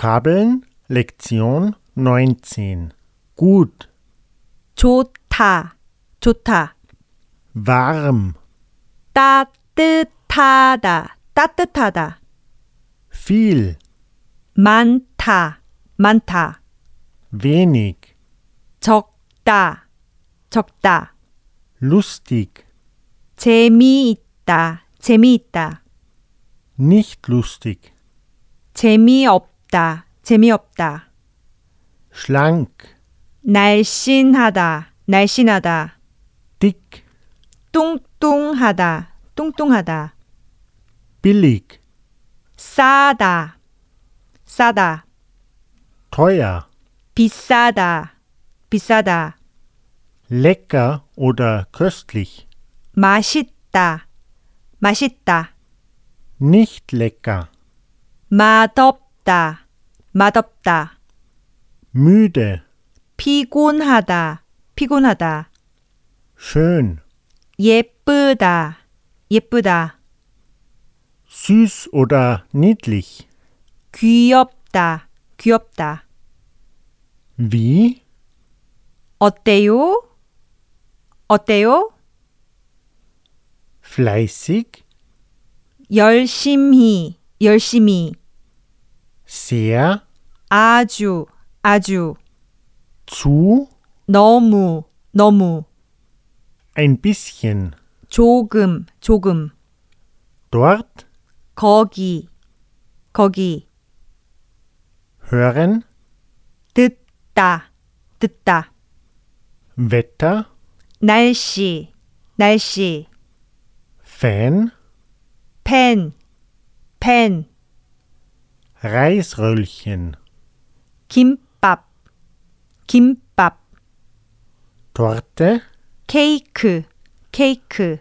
Vokabeln Lektion 19 Gut, 좋다, 좋다. warm, 따뜻하다, 따뜻하다. viel, 많다, 많다. wenig, 적다, 적다. lustig, 재미있다, 재미있다. nicht lustig, 재미없다, 재미없다. schlank, 날씬하다, 날씬하다. dick, 뚱뚱하다, 뚱뚱하다. billig, 싸다, 싸다. teuer, 비싸다, 비싸다. lecker oder köstlich, 맛있다, 맛있다. nicht lecker, 맛없다, 맛없다. müde, 피곤하다, 피곤하다. schön, 예쁘다, 예쁘다. süß oder niedlich. 귀엽다, 귀엽다. Wie? 어때요? 어때요? Fleißig, 열심히, 열심히. sehr, 아주, 아주. zu, 너무, 너무. ein bisschen, 조금, 조금. dort, 거기, 거기. hören, 듣다, 듣다. Wetter, 날씨, 날씨. Fan, 펜, 펜. Reisröllchen, 김밥, 김밥. Torte, 케이크, 케이크.